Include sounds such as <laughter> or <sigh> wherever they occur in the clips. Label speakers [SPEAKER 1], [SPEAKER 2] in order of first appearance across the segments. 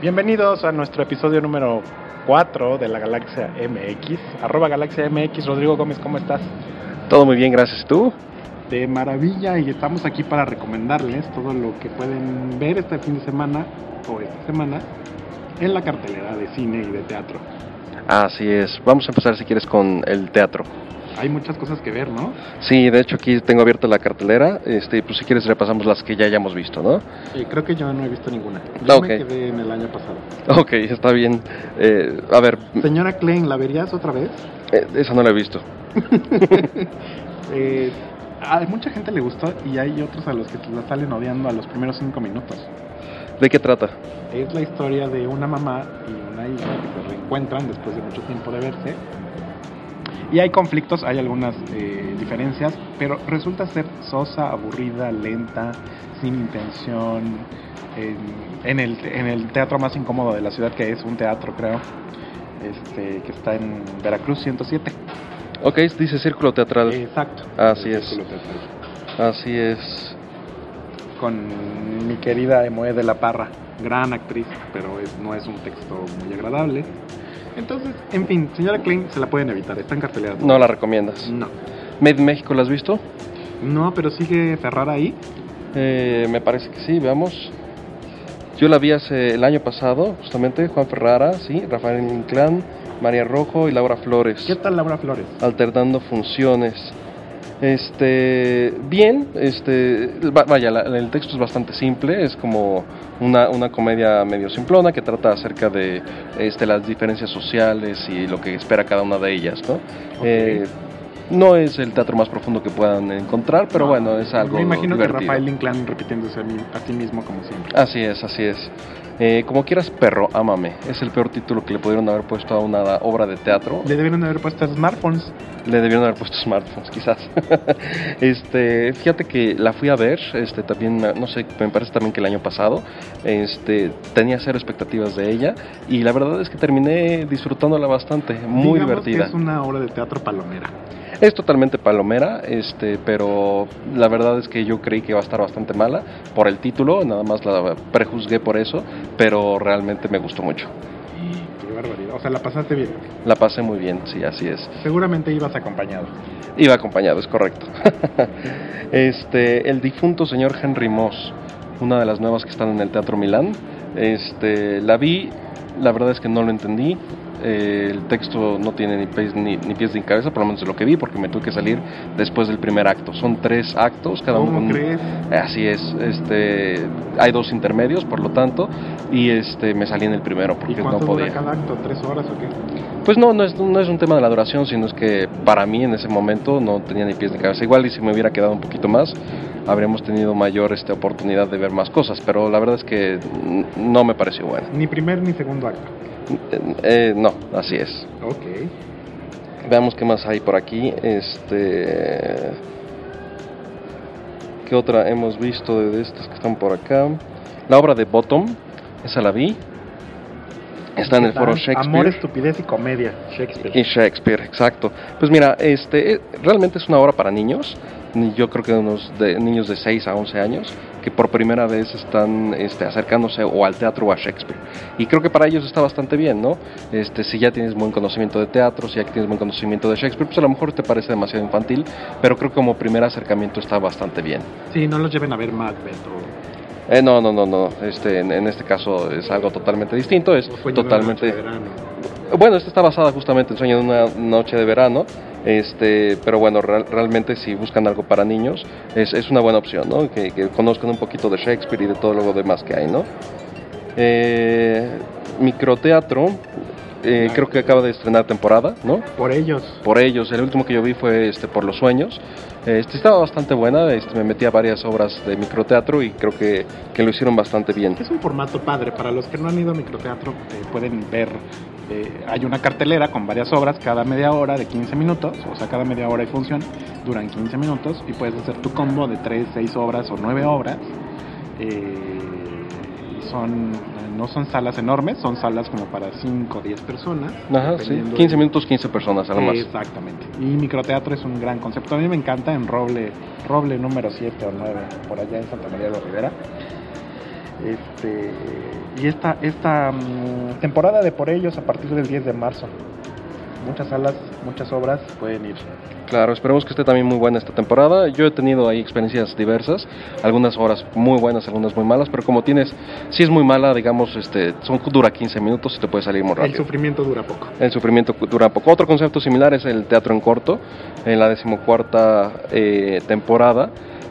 [SPEAKER 1] Bienvenidos a nuestro episodio número 4 de la Galaxia MX. Arroba Galaxia MX. Rodrigo Gómez, ¿cómo estás?
[SPEAKER 2] Todo muy bien, gracias. ¿Tú?
[SPEAKER 1] De maravilla y estamos aquí para recomendarles todo lo que pueden ver este fin de semana o esta semana en la cartelera de cine y de teatro.
[SPEAKER 2] Así es. Vamos a empezar, si quieres, con el teatro.
[SPEAKER 1] Hay muchas cosas que ver, ¿no?
[SPEAKER 2] Sí, de hecho aquí tengo abierta la cartelera. Este, pues si quieres repasamos las que ya hayamos visto, ¿no? <laughs>
[SPEAKER 1] Sí, creo que yo no he visto ninguna.
[SPEAKER 2] Ah,
[SPEAKER 1] Yo
[SPEAKER 2] ok.
[SPEAKER 1] me quedé en el año pasado.
[SPEAKER 2] Ok, está bien. Eh, a ver,
[SPEAKER 1] Señora Klein, ¿la verías otra vez?
[SPEAKER 2] eh, esa no la he visto.
[SPEAKER 1] Eh, a mucha gente le gustó y hay otros a los que la salen odiando a los primeros cinco minutos.
[SPEAKER 2] ¿De qué trata?
[SPEAKER 1] Es la historia de una mamá y una hija que se reencuentran después de mucho tiempo de verse. Y hay conflictos, hay algunas eh, diferencias, pero resulta ser sosa, aburrida, lenta, sin intención, en, en el, en el teatro más incómodo de la ciudad, que es un teatro, creo, este, que está en Veracruz 107.
[SPEAKER 2] Ok, dice Círculo Teatral.
[SPEAKER 1] Exacto.
[SPEAKER 2] Así
[SPEAKER 1] El
[SPEAKER 2] es.
[SPEAKER 1] Círculo Teatral.
[SPEAKER 2] Así es.
[SPEAKER 1] con mi querida Emoe de la Parra, gran actriz, pero es- no es un texto muy agradable. Entonces, en fin, señora Klein, se la pueden evitar, está en cartelera.
[SPEAKER 2] No la recomiendas.
[SPEAKER 1] No,
[SPEAKER 2] ¿Made in México la has visto?
[SPEAKER 1] no, pero sigue Ferrara ahí.
[SPEAKER 2] Eh, me parece que sí, veamos. Yo la vi hace el año pasado, justamente, Juan Ferrara, sí, Rafael Inclán, María Rojo y Laura Flores.
[SPEAKER 1] ¿Qué tal Laura Flores?
[SPEAKER 2] alternando funciones. Este, bien, este, va- vaya, la- el texto es bastante simple, es como una, una comedia medio simplona que trata acerca de este, las diferencias sociales y lo que espera cada una de ellas, ¿no? Eh, no es el teatro más profundo que puedan encontrar, pero
[SPEAKER 1] No,
[SPEAKER 2] bueno, es algo
[SPEAKER 1] Me imagino
[SPEAKER 2] divertido.
[SPEAKER 1] que Rafael Inclán repitiéndose a, mí- a sí mismo como siempre.
[SPEAKER 2] Así es, así es. Eh, como quieras, perro, ámame. Es el peor título que le pudieron haber puesto a una obra de teatro.
[SPEAKER 1] Le debieron haber puesto smartphones.
[SPEAKER 2] Le debieron haber puesto smartphones, quizás. <laughs> este, fíjate que la fui a ver, este, también, no sé, me parece también que el año pasado, este, tenía cero expectativas de ella y la verdad es que terminé disfrutándola bastante, muy
[SPEAKER 1] Digamos que
[SPEAKER 2] divertida.
[SPEAKER 1] es una obra de teatro palomera.
[SPEAKER 2] Es totalmente palomera, este, pero la verdad es que yo creí que iba a estar bastante mala por el título, nada más la prejuzgué por eso, pero realmente me gustó mucho.
[SPEAKER 1] Y qué barbaridad. O sea, la pasaste bien.
[SPEAKER 2] La pasé muy bien, sí, así es.
[SPEAKER 1] Seguramente ibas acompañado.
[SPEAKER 2] Iba acompañado, es correcto. <laughs> este, el difunto señor Henry Moss, una de las nuevas que están en el Teatro Milán. Este, la vi, la verdad es que no lo entendí. eh, el texto no tiene ni pies ni, ni pies ni cabeza, por lo menos de lo que vi, porque me tuve que salir después del primer acto. Son tres actos, cada uno
[SPEAKER 1] ¿Cómo
[SPEAKER 2] con un-
[SPEAKER 1] crees?
[SPEAKER 2] Así es, este, hay dos intermedios, por lo tanto, y este, me salí en el primero
[SPEAKER 1] ¿Y
[SPEAKER 2] porque no
[SPEAKER 1] cuánto dura
[SPEAKER 2] podía.
[SPEAKER 1] cada acto? ¿Tres horas o qué?
[SPEAKER 2] Pues no, no es, no es un tema de la duración, sino es que para mí en ese momento no tenía ni pies ni cabeza. Igual y si me hubiera quedado un poquito más, habríamos tenido mayor este, oportunidad de ver más cosas, pero la verdad es que n- no me pareció buena.
[SPEAKER 1] Ni primer ni segundo acto.
[SPEAKER 2] Eh, eh, no, así es.
[SPEAKER 1] Ok.
[SPEAKER 2] Veamos qué más hay por aquí. Este. ¿Qué otra hemos visto de estas que están por acá? La obra de Bottom, esa la vi. Está en el foro Shakespeare.
[SPEAKER 1] Amor, estupidez y comedia. Shakespeare.
[SPEAKER 2] Y Shakespeare, exacto. Pues mira, este eh, realmente es una obra para niños, ni- yo creo que unos de, niños de 6 a 11 años, que por primera vez están este, acercándose o al teatro o a Shakespeare. Y creo que para ellos está bastante bien, ¿no? Este, si ya tienes buen conocimiento de teatro, si ya tienes buen conocimiento de Shakespeare, pues a lo mejor te parece demasiado infantil, pero creo que como primer acercamiento está bastante bien.
[SPEAKER 1] Sí, no los lleven a ver Macbeth o-
[SPEAKER 2] Eh, no, no, no, no, este, en, en este caso es algo totalmente distinto, es
[SPEAKER 1] o Sueño de una
[SPEAKER 2] totalmente...
[SPEAKER 1] noche de verano.
[SPEAKER 2] Bueno, esta está basada justamente en Sueño de una noche de verano, este, pero bueno, real- realmente si buscan algo para niños, es, es una buena opción, ¿no? Que, que conozcan un poquito de Shakespeare y de todo lo demás que hay, ¿no? Eh, microteatro, eh,
[SPEAKER 1] Ya.
[SPEAKER 2] creo que acaba de estrenar temporada, ¿no?
[SPEAKER 1] Por ellos.
[SPEAKER 2] Por ellos, el último que yo vi fue este, Por los Sueños. Este, estaba bastante buena, este, me metí a varias obras de microteatro y creo que, que lo hicieron bastante bien.
[SPEAKER 1] Es un formato padre. Para los que no han ido a microteatro, eh, pueden ver. eh, hay una cartelera con varias obras cada media hora de 15 minutos. O sea, cada media hora hay función. Duran 15 minutos y puedes hacer tu combo de 3, 6 obras o 9 obras. Eh, y son, no son salas enormes, son salas como para 5 o 10 personas.
[SPEAKER 2] Ajá, sí,
[SPEAKER 1] dependiendo
[SPEAKER 2] 15
[SPEAKER 1] de-
[SPEAKER 2] minutos, 15 personas, nada más.
[SPEAKER 1] Exactamente. Y microteatro es un gran concepto. A mí me encanta en Roble, Roble número 7 o 9, por allá en Santa María de la Ribera. Este, y esta, esta mm, temporada de Por ellos a partir del 10 de marzo. Muchas salas, muchas obras pueden ir.
[SPEAKER 2] Claro, esperemos que esté también muy buena esta temporada. Yo he tenido ahí experiencias diversas, algunas horas muy buenas, algunas muy malas, pero como tienes, si es muy mala, digamos, este, son, dura 15 minutos y te puede salir muy
[SPEAKER 1] El
[SPEAKER 2] rápido.
[SPEAKER 1] sufrimiento dura poco.
[SPEAKER 2] El sufrimiento dura poco. Otro concepto similar es el teatro en corto. En la decimocuarta eh, temporada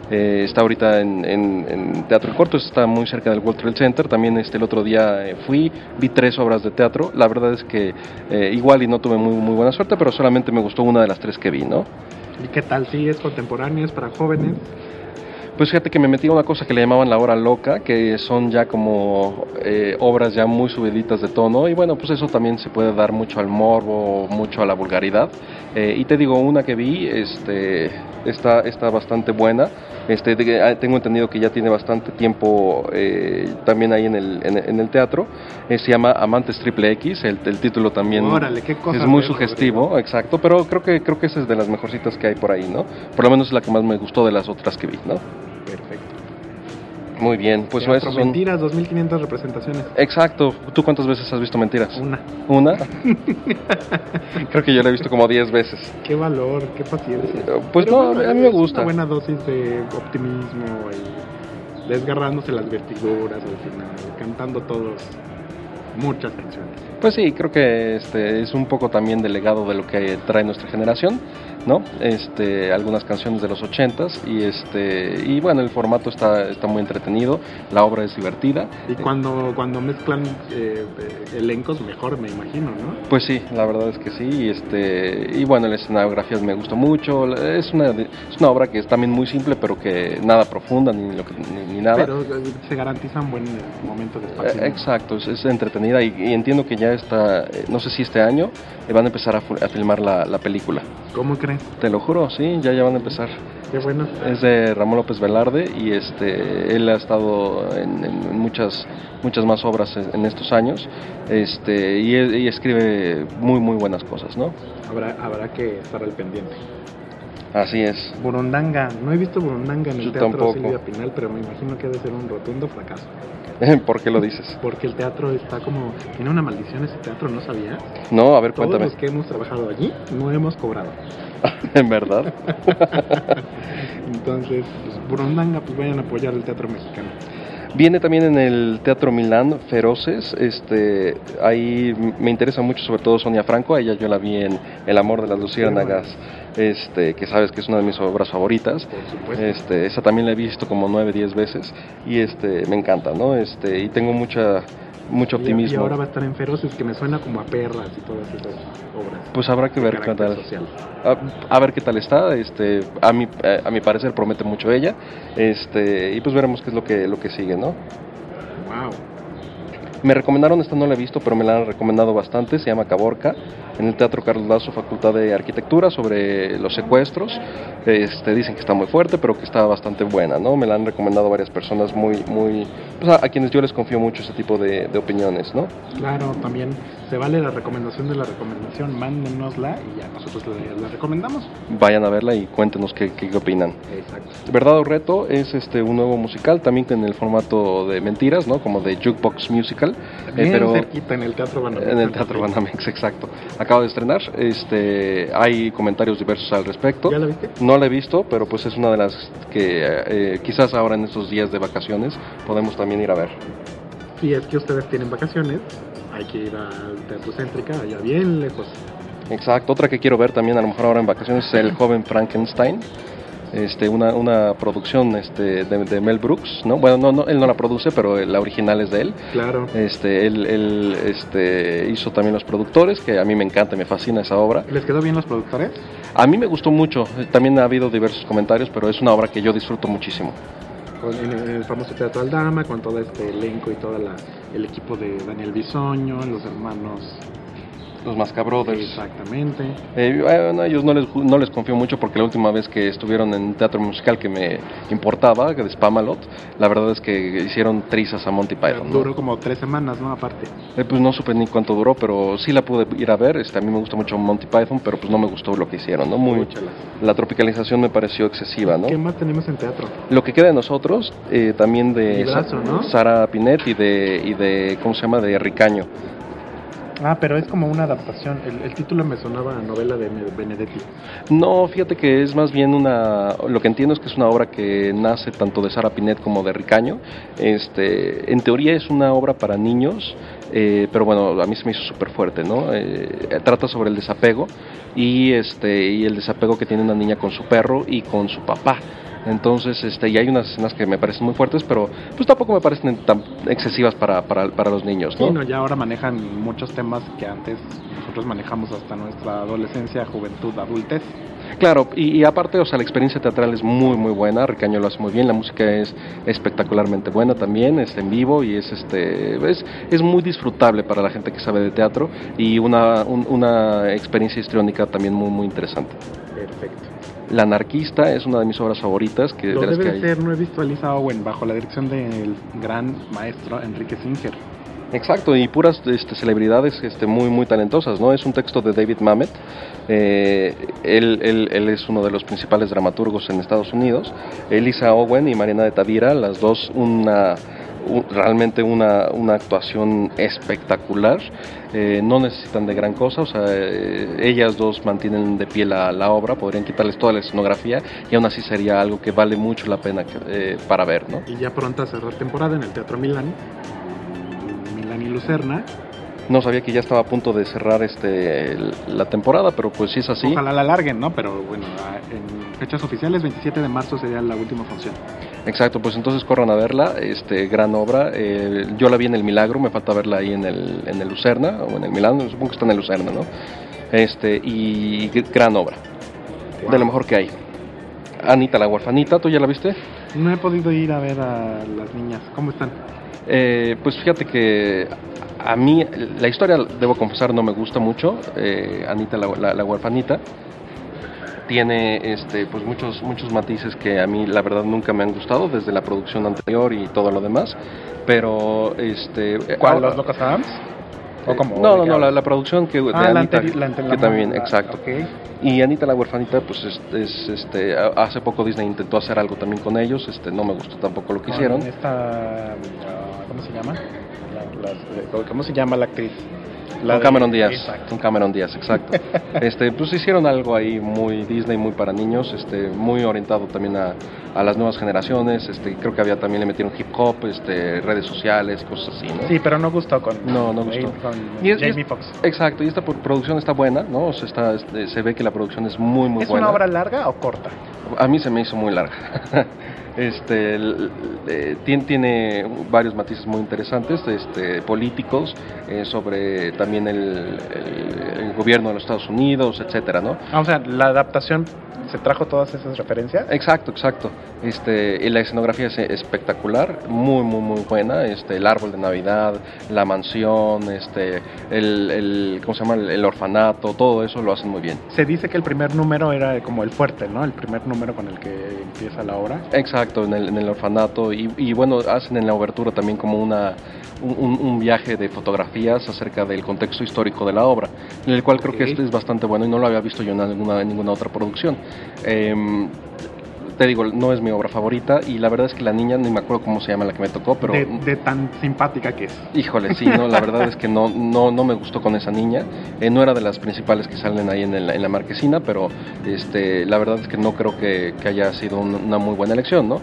[SPEAKER 2] eh, está ahorita en, en- en teatro en corto. Está muy cerca del World Trade Center. También este, el otro día eh, fui, vi tres obras de teatro. La verdad es que eh, igual y no tuve muy, muy buena suerte, pero solamente me gustó una de las tres que vi, ¿no?
[SPEAKER 1] ¿Y qué tal si es contemporáneo, es para jóvenes?
[SPEAKER 2] Pues fíjate que me metí a una cosa que le llamaban la hora loca, que son ya como eh, obras ya muy subiditas de tono, y bueno, pues eso también se puede dar mucho al morbo, mucho a la vulgaridad. Eh, y te digo, una que vi, este, está, está bastante buena, este, de que, ah, tengo entendido que ya tiene bastante tiempo eh, también ahí en el, en, el- en el teatro, Eh, se llama Amantes Triple X, el, el título también...
[SPEAKER 1] Órale, qué cosa.
[SPEAKER 2] Es muy
[SPEAKER 1] de-
[SPEAKER 2] sugestivo, exacto, pero creo que creo que esa es de las mejorcitas que hay por ahí, ¿no? Por lo menos es la que más me gustó de las otras que vi, ¿no?
[SPEAKER 1] Perfecto.
[SPEAKER 2] Muy bien, pues
[SPEAKER 1] Teatro
[SPEAKER 2] esas son...
[SPEAKER 1] Mentiras, 2500 representaciones.
[SPEAKER 2] Exacto, ¿tú cuántas veces has visto mentiras?
[SPEAKER 1] Una.
[SPEAKER 2] ¿Una? Creo que yo la he visto como 10 veces.
[SPEAKER 1] Qué valor, qué paciencia.
[SPEAKER 2] Eh, Pues
[SPEAKER 1] Pero
[SPEAKER 2] no,
[SPEAKER 1] bueno,
[SPEAKER 2] a mí me
[SPEAKER 1] es
[SPEAKER 2] gusta.
[SPEAKER 1] Una buena dosis de optimismo y desgarrándose las vertiduras al final, cantando todos muchas canciones.
[SPEAKER 2] Pues sí, creo que este es un poco también delegado de lo que trae nuestra generación, ¿no? Este, algunas canciones de los 80s y este y bueno, el formato está está muy entretenido, la obra es divertida.
[SPEAKER 1] Y cuando, cuando mezclan eh, eh, elencos, mejor me imagino, ¿no?
[SPEAKER 2] Pues sí, la verdad es que sí, y este y bueno, la escenografía me gustó mucho, la- es una es una obra que es también muy simple, pero que nada profunda ni lo que- ni- ni nada.
[SPEAKER 1] Pero eh, se garantiza un buen eh, momento de espacio.
[SPEAKER 2] Eh, Exacto, es, es entretenida y, y entiendo que ya está, eh, no sé si este año eh, van a empezar a, fu- a filmar la, la película.
[SPEAKER 1] ¿Cómo crees?
[SPEAKER 2] Te lo juro, sí, ya ya van a empezar.
[SPEAKER 1] Qué bueno.
[SPEAKER 2] Es de Ramón López Velarde y este él ha estado en, en muchas muchas más obras en, en estos años, este y, él- y escribe muy muy buenas cosas, ¿no?
[SPEAKER 1] Habrá, habrá que estar al pendiente.
[SPEAKER 2] Así es.
[SPEAKER 1] Burundanga. No he visto Burundanga en el
[SPEAKER 2] Yo
[SPEAKER 1] teatro
[SPEAKER 2] tampoco.
[SPEAKER 1] Silvia Pinal, pero me imagino que debe ser un rotundo fracaso.
[SPEAKER 2] <laughs> ¿Por qué lo dices?
[SPEAKER 1] Porque el teatro está como. Tiene una maldición ese teatro, ¿no sabía?
[SPEAKER 2] No, a ver,
[SPEAKER 1] Todos
[SPEAKER 2] cuéntame.
[SPEAKER 1] los que hemos trabajado allí no hemos cobrado.
[SPEAKER 2] <laughs> En verdad.
[SPEAKER 1] Entonces, pues, Burundanga, pues vayan a apoyar el teatro mexicano.
[SPEAKER 2] Viene también en el Teatro Milán Feroces, este, ahí m- me interesa mucho sobre todo Sonia Franco, a ella yo la vi en El amor de las luciérnagas, este, que sabes que es una de mis obras favoritas.
[SPEAKER 1] Por supuesto.
[SPEAKER 2] Este, esa también la he visto como 9, 10 veces y este me encanta, ¿no? Este, y tengo mucha mucho
[SPEAKER 1] Y- Y,
[SPEAKER 2] optimismo.
[SPEAKER 1] ahora va a estar en Feroces, que me suena como a perras y todas esas obras.
[SPEAKER 2] Pues habrá que
[SPEAKER 1] de
[SPEAKER 2] ver qué
[SPEAKER 1] carácter
[SPEAKER 2] tal.
[SPEAKER 1] social.
[SPEAKER 2] A, a ver qué tal está, este, a mi a- a mi parecer promete mucho ella, este, y pues veremos qué es lo que lo que sigue, ¿no?
[SPEAKER 1] Wow.
[SPEAKER 2] Me recomendaron, esta no la he visto, pero me la han recomendado bastante, se llama Caborca, en el Teatro Carlos Lazo, Facultad de Arquitectura, sobre los secuestros. Este, dicen que está muy fuerte, pero que está bastante buena, ¿no? Me la han recomendado varias personas muy, muy, pues a, a quienes yo les confío mucho este tipo de, de opiniones, ¿no?
[SPEAKER 1] Claro, también se vale la recomendación de la recomendación, mándenosla y ya nosotros la, la recomendamos.
[SPEAKER 2] Vayan a verla y cuéntenos qué, qué opinan.
[SPEAKER 1] Exacto.
[SPEAKER 2] Verdad o Reto es este un nuevo musical, también en el formato de mentiras, ¿no? Como de jukebox musical. eh,
[SPEAKER 1] Bien
[SPEAKER 2] pero-
[SPEAKER 1] cerquita en el Teatro Banamex.
[SPEAKER 2] En el Teatro Banamex, <laughs> exacto. Acabo de estrenar, este, hay comentarios diversos al respecto.
[SPEAKER 1] ¿Ya la viste?
[SPEAKER 2] No la he visto, pero pues es una de las que eh, quizás ahora en estos días de vacaciones podemos también ir a ver.
[SPEAKER 1] Si es que ustedes tienen vacaciones, hay que ir al Teatro Céntrica, allá bien lejos.
[SPEAKER 2] Exacto, otra que quiero ver también a lo mejor ahora en vacaciones es El joven Frankenstein. Este, una, una producción este, de, de Mel Brooks, ¿no? Bueno, no, no, él no la produce, pero la original es de él.
[SPEAKER 1] Claro.
[SPEAKER 2] Este, él, él, este, hizo también Los Productores, que a mí me encanta, me fascina esa obra.
[SPEAKER 1] ¿Les quedó bien los productores?
[SPEAKER 2] A mí me gustó mucho, eh, también ha habido diversos comentarios, pero es una obra que yo disfruto muchísimo.
[SPEAKER 1] Con- en, el- en el famoso Teatro Aldama, con todo este elenco y todo el equipo de Daniel Bisoño, los hermanos
[SPEAKER 2] Los Mascabrothers.
[SPEAKER 1] Exactamente.
[SPEAKER 2] Eh, bueno, a ellos no les, no les confío mucho porque la última vez que estuvieron en un teatro musical que me importaba, que de Spamalot, la verdad es que hicieron trizas a Monty Python. ¿no?
[SPEAKER 1] Duró como tres semanas, ¿no? Aparte.
[SPEAKER 2] Eh, pues no supe ni cuánto duró, pero sí la pude ir a ver. Este, a mí me gusta mucho Monty Python, pero pues no me gustó lo que hicieron, ¿no? Muy,
[SPEAKER 1] Úchala.
[SPEAKER 2] la tropicalización me pareció excesiva, ¿no?
[SPEAKER 1] ¿Qué más tenemos en teatro?
[SPEAKER 2] Lo que queda de nosotros, eh, también de
[SPEAKER 1] Librazo, ¿no?
[SPEAKER 2] Sara Pinet y de, y de, ¿cómo se llama? De Ricaño.
[SPEAKER 1] Ah, pero es como una adaptación. El, el título me sonaba a novela de Bene- Benedetti.
[SPEAKER 2] No, fíjate que es más bien una. Lo que entiendo es que es una obra que nace tanto de Sara Pinet como de Ricaño. Este, en teoría es una obra para niños, eh, pero bueno, a mí se me hizo súper fuerte, ¿no? Eh, trata sobre el desapego y este y el desapego que tiene una niña con su perro y con su papá. Entonces, este, y hay unas escenas que me parecen muy fuertes, pero pues tampoco me parecen tan excesivas para, para, para los niños, ¿no?
[SPEAKER 1] Sí, no, ya ahora manejan muchos temas que antes nosotros manejamos hasta nuestra adolescencia, juventud, adultez.
[SPEAKER 2] Claro, y, y aparte, o sea, la experiencia teatral es muy, muy buena. Ricaño lo hace muy bien. La música es espectacularmente buena también, es en vivo y es este es, es muy disfrutable para la gente que sabe de teatro y una, un- una experiencia histriónica también muy, muy interesante.
[SPEAKER 1] Perfecto.
[SPEAKER 2] La anarquista es una de mis obras favoritas. Que,
[SPEAKER 1] Lo
[SPEAKER 2] de las
[SPEAKER 1] debe
[SPEAKER 2] que
[SPEAKER 1] de
[SPEAKER 2] hay.
[SPEAKER 1] ser, no he visto a Lisa Owen bajo la dirección del gran maestro Enrique Singer.
[SPEAKER 2] Exacto, y puras este, celebridades este, muy, muy talentosas, ¿no? Es un texto de David Mamet. eh, él, él- él es uno de los principales dramaturgos en Estados Unidos. Elisa Owen y Mariana de Tavira, las dos, una, un- realmente una, una actuación espectacular. eh, no necesitan de gran cosa, o sea, eh, ellas dos mantienen de pie la, la obra, podrían quitarles toda la escenografía y aún así sería algo que vale mucho la pena que- eh, para ver, ¿no?
[SPEAKER 1] Y ya pronto a cerrar temporada en el Teatro Milán. Milán y Lucerna.
[SPEAKER 2] No sabía que ya estaba a punto de cerrar este el- la temporada, pero pues si es así.
[SPEAKER 1] Ojalá la larguen, ¿no? Pero bueno, a- en fechas oficiales, 27 de marzo sería la última función.
[SPEAKER 2] Exacto, pues entonces corran a verla, este gran obra. eh, yo la vi en el Milagro, me falta verla ahí en el en el Lucerna o en el Milán, supongo que está en el Lucerna, ¿no? Este y gr- gran obra, de lo mejor que hay. Anita la huerfanita, ¿tú ya la viste?
[SPEAKER 1] No he podido ir a ver a las niñas. ¿Cómo están?
[SPEAKER 2] Eh, pues fíjate que a mí la historia, debo confesar, no me gusta mucho. Eh, Anita, la, la- la huerfanita, tiene este, pues muchos, muchos matices que a mí la verdad nunca me han gustado desde la producción anterior y todo lo demás. Pero, este...
[SPEAKER 1] ¿Cuál?
[SPEAKER 2] ahora-
[SPEAKER 1] ¿Los Locas Adams?
[SPEAKER 2] eh,
[SPEAKER 1] ¿O cómo?
[SPEAKER 2] No, no, no, la, la producción que de
[SPEAKER 1] Ah, la
[SPEAKER 2] Anita,
[SPEAKER 1] anteri- la ante- la
[SPEAKER 2] que también,
[SPEAKER 1] la-
[SPEAKER 2] exacto.
[SPEAKER 1] ok.
[SPEAKER 2] Y Anita la huerfanita, pues es, es, este, a- hace poco Disney intentó hacer algo también con ellos, este, no me gustó tampoco lo que
[SPEAKER 1] Con
[SPEAKER 2] hicieron.
[SPEAKER 1] esta, ah, ¿Cómo se llama? La- las- eh, ¿Cómo se llama la actriz? La
[SPEAKER 2] con
[SPEAKER 1] de-
[SPEAKER 2] Cameron Díaz.
[SPEAKER 1] Exacto.
[SPEAKER 2] Con Cameron
[SPEAKER 1] <laughs>
[SPEAKER 2] Díaz, exacto. este, pues hicieron algo ahí muy Disney, muy para niños, este, muy orientado también a, a las nuevas generaciones. Este, creo que había también le metieron hip hop, este, redes sociales, cosas así, ¿no?
[SPEAKER 1] Sí, pero no gustó con,
[SPEAKER 2] No, no gustó.
[SPEAKER 1] con
[SPEAKER 2] Y es-
[SPEAKER 1] Jamie
[SPEAKER 2] es-
[SPEAKER 1] Foxx.
[SPEAKER 2] Exacto, y esta pro- producción está buena, ¿no? O sea, está, este, se ve que la producción es muy, muy
[SPEAKER 1] ¿Es
[SPEAKER 2] buena.
[SPEAKER 1] una obra larga o corta?
[SPEAKER 2] A mí se me hizo muy larga. <laughs> Este, el- eh, tien- tiene, varios matices muy interesantes, este, políticos, eh, sobre también el, el- el gobierno de los Estados Unidos, etcétera, ¿no?
[SPEAKER 1] Ah, o sea, la adaptación se trajo todas esas referencias.
[SPEAKER 2] Exacto, exacto. Este, y la escenografía es espectacular, muy, muy, muy buena. Este, el árbol de Navidad, la mansión, este, el, el- ¿cómo se llama? El, el orfanato, todo eso lo hacen muy bien.
[SPEAKER 1] Se dice que el primer número era como el fuerte, ¿no? El primer número con el que empieza la obra.
[SPEAKER 2] Exacto, en el, en el orfanato y, y bueno, hacen en la obertura también como una, un- un, un viaje de fotografías acerca del contexto histórico de la obra, en el cual creo que
[SPEAKER 1] Ok.
[SPEAKER 2] este es bastante bueno y no lo había visto yo en, alguna, en ninguna otra producción. Em, te digo, no es mi obra favorita y la verdad es que la niña, ni me acuerdo cómo se llama la que me tocó, pero...
[SPEAKER 1] de, de tan simpática que es.
[SPEAKER 2] Híjole, sí, no, la verdad es que no, no, no me gustó con esa niña. Eh, no era de las principales que salen ahí en, el- en la marquesina, pero este, la verdad es que no creo que, que haya sido un- una muy buena elección, ¿no?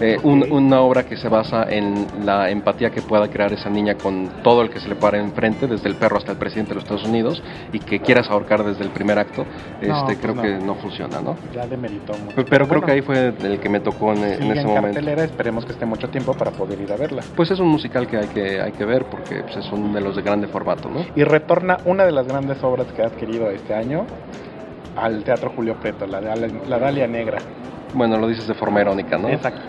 [SPEAKER 2] Eh, un-
[SPEAKER 1] Ok.
[SPEAKER 2] una obra que se basa en la empatía que pueda crear esa niña con todo el que se le pare enfrente, desde el perro hasta el presidente de los Estados Unidos, y que quieras ahorcar desde el primer acto, este,
[SPEAKER 1] No, pues
[SPEAKER 2] creo
[SPEAKER 1] no.
[SPEAKER 2] que no funciona, ¿no?
[SPEAKER 1] Ya demeritó mucho.
[SPEAKER 2] Pero creo que ahí fue el que me tocó en, en
[SPEAKER 1] sigue en,
[SPEAKER 2] ese momento.
[SPEAKER 1] cartelera, esperemos que esté mucho tiempo para poder ir a verla.
[SPEAKER 2] Pues es un musical que hay que, hay que ver porque pues, es uno de los de grande formato, ¿no?
[SPEAKER 1] Y retorna una de las grandes obras que ha adquirido este año al Teatro Julio Preto, la, de Ala- la Dalia Negra.
[SPEAKER 2] Bueno, lo dices de forma irónica, ¿no?
[SPEAKER 1] Exacto.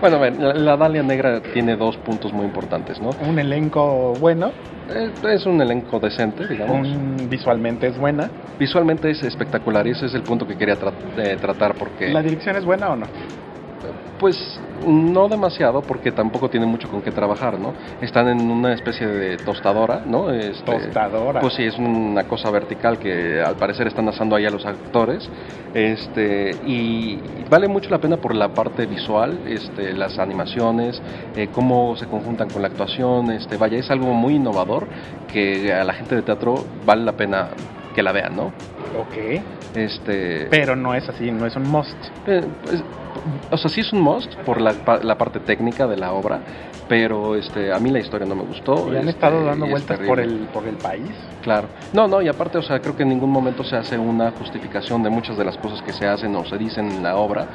[SPEAKER 2] Bueno, a ver, la, la Dalia Negra tiene dos puntos muy importantes, ¿no?
[SPEAKER 1] Un elenco bueno,
[SPEAKER 2] Eh, Es un elenco decente, digamos.
[SPEAKER 1] un- visualmente es buena.
[SPEAKER 2] Visualmente es espectacular y ese es el punto que quería tra- eh, tratar porque...
[SPEAKER 1] ¿La dirección es buena o no?
[SPEAKER 2] Pues no demasiado porque tampoco tienen mucho con qué trabajar, ¿no? Están en una especie de tostadora, ¿no? Este,
[SPEAKER 1] Tostadora.
[SPEAKER 2] Pues sí, es una cosa vertical que al parecer están asando ahí a los actores. Este, y vale mucho la pena por la parte visual, este, las animaciones, eh, cómo se conjuntan con la actuación. Este, vaya, es algo muy innovador que a la gente de teatro vale la pena que la vean, ¿no?
[SPEAKER 1] Ok.
[SPEAKER 2] Este,
[SPEAKER 1] Pero no es así, no es un must.
[SPEAKER 2] eh, pues, o sea, sí es un must por la, pa- la parte técnica de la obra, pero este, a mí la historia no me gustó.
[SPEAKER 1] Y han
[SPEAKER 2] este,
[SPEAKER 1] estado
[SPEAKER 2] y
[SPEAKER 1] dando
[SPEAKER 2] es
[SPEAKER 1] vueltas por
[SPEAKER 2] terrible.
[SPEAKER 1] el, por el país.
[SPEAKER 2] Claro. No, no, y aparte, o sea, creo que en ningún momento se hace una justificación de muchas de las cosas que se hacen o se dicen en la obra.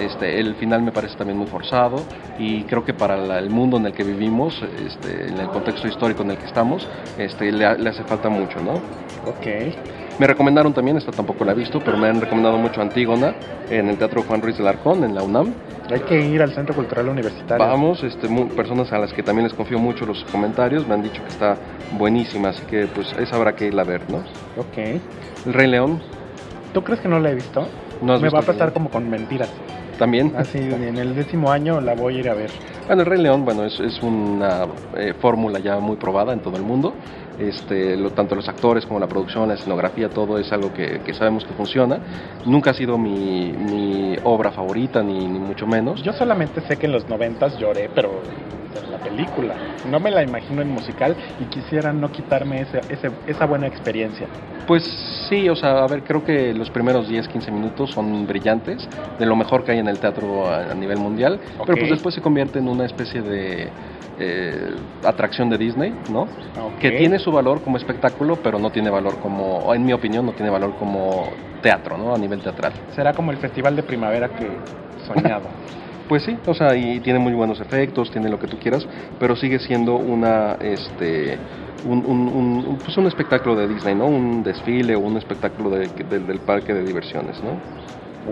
[SPEAKER 2] Este, el final me parece también muy forzado y creo que para la- el mundo en el que vivimos, este, en el contexto histórico en el que estamos, este, le, ha- le hace falta mucho, ¿no?
[SPEAKER 1] Ok.
[SPEAKER 2] Me recomendaron también, esta tampoco la he visto, pero me han recomendado mucho Antígona en el Teatro Juan Ruiz de Alarcón, en la UNAM.
[SPEAKER 1] Hay que ir al Centro Cultural Universitario.
[SPEAKER 2] Vamos, este, mu- personas a las que también les confío mucho los comentarios me han dicho que está buenísima, así que pues esa habrá que irla a ver, ¿no?
[SPEAKER 1] Ok.
[SPEAKER 2] El Rey León,
[SPEAKER 1] ¿Tú crees que no la he visto?
[SPEAKER 2] ¿no has
[SPEAKER 1] Me
[SPEAKER 2] visto
[SPEAKER 1] va a Ah, pasar
[SPEAKER 2] el
[SPEAKER 1] como con mentiras.
[SPEAKER 2] Rey León? también. <laughs>
[SPEAKER 1] Así, en el décimo año la voy a ir a ver.
[SPEAKER 2] Bueno, el Rey León, bueno, es, es una eh, fórmula ya muy probada en todo el mundo. Este, lo- tanto los actores como la producción, la escenografía, todo es algo que, que sabemos que funciona. Nunca ha sido mi, mi obra favorita, ni, ni mucho menos.
[SPEAKER 1] Yo solamente sé que en los noventas lloré, pero en la película. No me la imagino en musical y quisiera no quitarme ese, ese- esa buena experiencia.
[SPEAKER 2] Pues sí, o sea, a ver, creo que los primeros 10, 15 minutos son brillantes, de lo mejor que hay en el teatro a, a nivel mundial,
[SPEAKER 1] Ok.
[SPEAKER 2] pero pues después se convierte en una especie de eh, atracción de Disney, ¿no? Que
[SPEAKER 1] Ok.
[SPEAKER 2] tiene su valor como espectáculo, pero no tiene valor como, o en mi opinión, no tiene valor como teatro, ¿no? A nivel teatral.
[SPEAKER 1] Será como el festival de primavera que
[SPEAKER 2] <laughs>
[SPEAKER 1] soñado.
[SPEAKER 2] Pues sí, o sea, y tiene muy buenos efectos, tiene lo que tú quieras, pero sigue siendo una, este, un, un- un- un- pues un espectáculo de Disney, ¿no? Un desfile o un espectáculo de- del- del parque de diversiones, ¿no?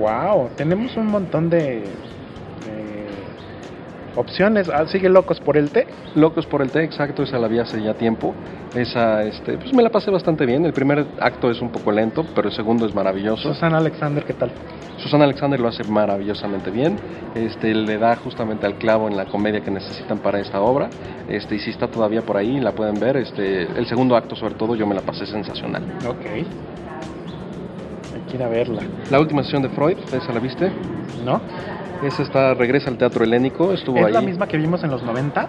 [SPEAKER 1] wow, tenemos un montón de, de opciones. Ah, sigue locos por el té.
[SPEAKER 2] Locos por el té, exacto, esa la vi hace ya tiempo. Esa, este, pues me la pasé bastante bien. El primer acto es un poco lento, pero el segundo es maravilloso.
[SPEAKER 1] Susana Alexander, ¿qué tal?
[SPEAKER 2] Susana Alexander lo hace maravillosamente bien. Este, le da justamente al clavo en la comedia que necesitan para esta obra. Este, y si está todavía por ahí, la pueden ver. Este, el segundo acto, sobre todo, yo me la pasé sensacional.
[SPEAKER 1] Ok. Hay que ir a verla,
[SPEAKER 2] La última sesión de Freud, ¿esa la viste?
[SPEAKER 1] ¿no?
[SPEAKER 2] Esa está, regresa al teatro helénico, estuvo
[SPEAKER 1] ¿Es
[SPEAKER 2] ahí.
[SPEAKER 1] la misma que vimos en los noventas?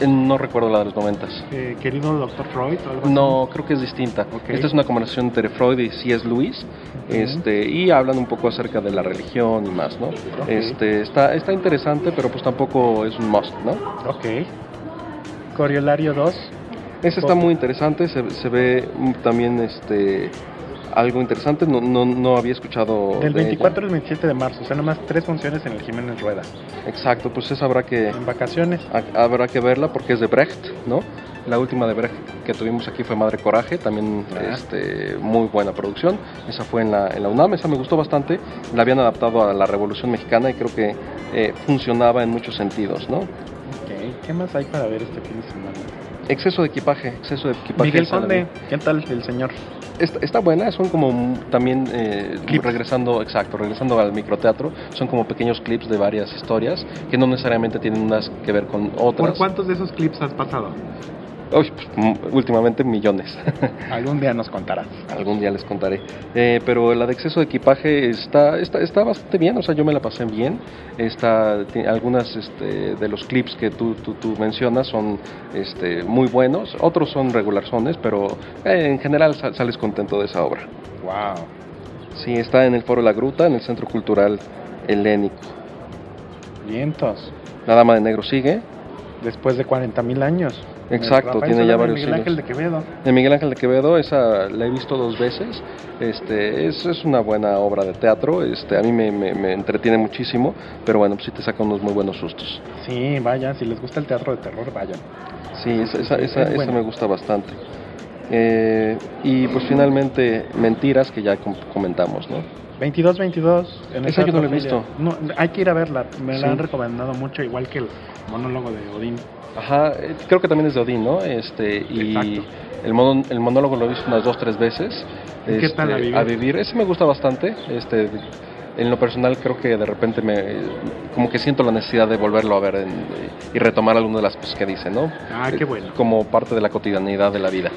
[SPEAKER 2] Eh, No recuerdo la de los noventas.
[SPEAKER 1] Eh, querido Dr. Freud o algo así.
[SPEAKER 2] No, creo que es distinta.
[SPEAKER 1] Ok.
[SPEAKER 2] Esta es una conversación entre Freud y C.S. Lewis, este, y hablan un poco acerca de la religión y más, ¿no? Este, está, está interesante, pero pues tampoco es un must, ¿no?
[SPEAKER 1] Ok. Coriolario 2.
[SPEAKER 2] Esa está muy interesante, se, se ve mm, también este algo interesante, no, no, no había escuchado
[SPEAKER 1] Del
[SPEAKER 2] de ella.
[SPEAKER 1] 24 al 27 de marzo, o sea, nomás tres funciones en el Jiménez Rueda.
[SPEAKER 2] Exacto, pues esa habrá que
[SPEAKER 1] En vacaciones.
[SPEAKER 2] ha- habrá que verla porque es de Brecht, ¿no? La última de Brecht que tuvimos aquí fue Madre Coraje, también
[SPEAKER 1] Ah.
[SPEAKER 2] este, muy buena producción. Esa fue en la, en la UNAM, esa me gustó bastante. La habían adaptado a la Revolución Mexicana y creo que eh, funcionaba en muchos sentidos, ¿no?
[SPEAKER 1] Ok, ¿qué más hay para ver este fin de semana?
[SPEAKER 2] Exceso de equipaje, exceso de equipaje.
[SPEAKER 1] Miguel
[SPEAKER 2] esa la
[SPEAKER 1] Conde, ¿qué tal el señor?
[SPEAKER 2] vi. Está, está buena, son como mm, también eh,
[SPEAKER 1] Clips.
[SPEAKER 2] regresando, exacto, regresando al microteatro, son como pequeños clips de varias historias que no necesariamente tienen unas que ver con otras.
[SPEAKER 1] ¿Por cuántos de esos clips has pasado?
[SPEAKER 2] Uy, pues, mm, últimamente millones. <laughs>
[SPEAKER 1] Algún día nos contarás.
[SPEAKER 2] Algún día les contaré. Eh, pero la de exceso de equipaje está, está, está bastante bien, o sea, yo me la pasé bien. Está, ti- algunas este, de los clips que tú, tú, tú mencionas son este, muy buenos, otros son regularzones, pero eh, en general sa- sales contento de esa obra.
[SPEAKER 1] Wow.
[SPEAKER 2] Sí, está en el Foro La Gruta, en el Centro Cultural Helénico.
[SPEAKER 1] Vientos.
[SPEAKER 2] La Dama de Negro sigue.
[SPEAKER 1] Después de 40 mil años.
[SPEAKER 2] Exacto,
[SPEAKER 1] Rafael
[SPEAKER 2] tiene
[SPEAKER 1] Solana
[SPEAKER 2] ya
[SPEAKER 1] y
[SPEAKER 2] varios
[SPEAKER 1] Miguel Ángel de Quevedo.
[SPEAKER 2] De Miguel Ángel de Quevedo, esa la he visto dos veces. Este, es, es una buena obra de teatro. Este, a mí me, me- me entretiene muchísimo, pero bueno, pues sí te saca unos muy buenos sustos.
[SPEAKER 1] Sí, vayan, si les gusta el teatro de terror, vayan.
[SPEAKER 2] Sí, esa, esa, esa-
[SPEAKER 1] Es buena.
[SPEAKER 2] esa me gusta bastante. Eh, y pues finalmente, Mentiras, que ya com- comentamos, ¿no?
[SPEAKER 1] 22, 22. En
[SPEAKER 2] Esa yo no la he
[SPEAKER 1] familia.
[SPEAKER 2] visto.
[SPEAKER 1] No, hay que ir a verla. Me la
[SPEAKER 2] Sí.
[SPEAKER 1] han recomendado mucho, igual que el monólogo de Odín.
[SPEAKER 2] Ajá, eh, creo que también es de Odín, ¿no? Este, y
[SPEAKER 1] Exacto.
[SPEAKER 2] el, mono- el monólogo lo he visto unas dos, tres veces. Este,
[SPEAKER 1] ¿Y qué tal A Vivir?
[SPEAKER 2] Ese me gusta bastante. Este, en lo personal creo que de repente me, como que siento la necesidad de volverlo a ver en- y retomar alguna de las cosas que dice, ¿no? Eh,
[SPEAKER 1] Ah, qué bueno.
[SPEAKER 2] Como parte de la cotidianidad de la vida.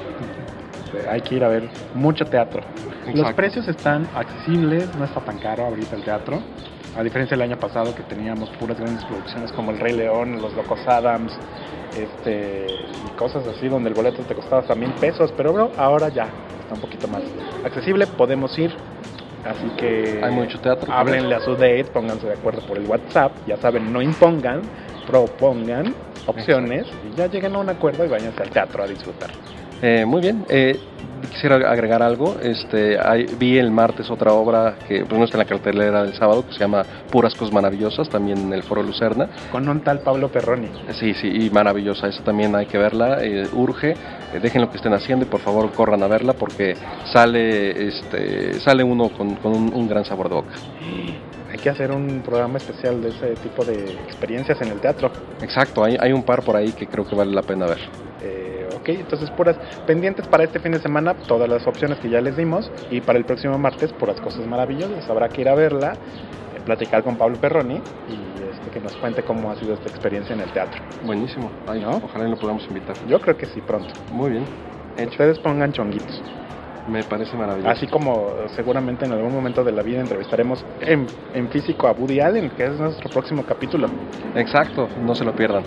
[SPEAKER 1] Hay que ir a ver mucho teatro. Los
[SPEAKER 2] Exacto.
[SPEAKER 1] precios están accesibles, no está tan caro ahorita el teatro. A diferencia del año pasado que teníamos puras grandes producciones como El Rey León, Los Locos Adams, este, y cosas así donde el boleto te costaba hasta mil pesos, pero bueno, ahora ya está un poquito más accesible, podemos ir. Así que
[SPEAKER 2] Hay mucho teatro.
[SPEAKER 1] háblenle a su date, pónganse de acuerdo por el WhatsApp, ya saben, no impongan, propongan opciones y ya lleguen a un acuerdo y váyanse al teatro a disfrutar.
[SPEAKER 2] Eh, muy bien. eh, quisiera agregar algo. Este, hay- vi el martes otra obra que pues, no está en la cartelera del sábado, que se llama Puras Cosas Maravillosas, también en el Foro Lucerna.
[SPEAKER 1] Con un tal Pablo Perroni.
[SPEAKER 2] Sí, sí, y maravillosa, esa también hay que verla, eh, urge, eh, dejen lo que estén haciendo y por favor corran a verla porque sale este sale uno con, con un, un gran sabor de boca.
[SPEAKER 1] Hay que hacer un programa especial de ese tipo de experiencias en el teatro.
[SPEAKER 2] Exacto, hay, hay un par por ahí que creo que vale la pena ver.
[SPEAKER 1] Eh, ok, entonces puras pendientes para este fin de semana, todas las opciones que ya les dimos. Y para el próximo martes, puras cosas maravillosas. Habrá que ir a verla, eh, platicar con Pablo Perroni y este, que nos cuente cómo ha sido esta experiencia en el teatro.
[SPEAKER 2] Buenísimo, ay,
[SPEAKER 1] ¿No?
[SPEAKER 2] ojalá y lo podamos invitar.
[SPEAKER 1] Yo creo que sí, pronto.
[SPEAKER 2] Muy bien, hecho, Pues
[SPEAKER 1] Ustedes pongan chonguitos.
[SPEAKER 2] me parece maravilloso.
[SPEAKER 1] Así como eh, seguramente en algún momento de la vida entrevistaremos en, en físico a Woody Allen, que es nuestro próximo capítulo.
[SPEAKER 2] Exacto, no se lo pierdan.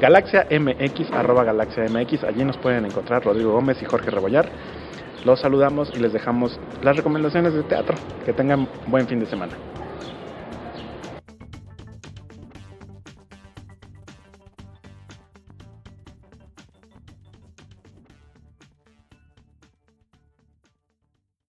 [SPEAKER 1] Galaxia MX, arroba Galaxia MX. Allí nos pueden encontrar Rodrigo Gómez y Jorge Rebollar. Los saludamos y les dejamos las recomendaciones de teatro. Que tengan buen fin de semana.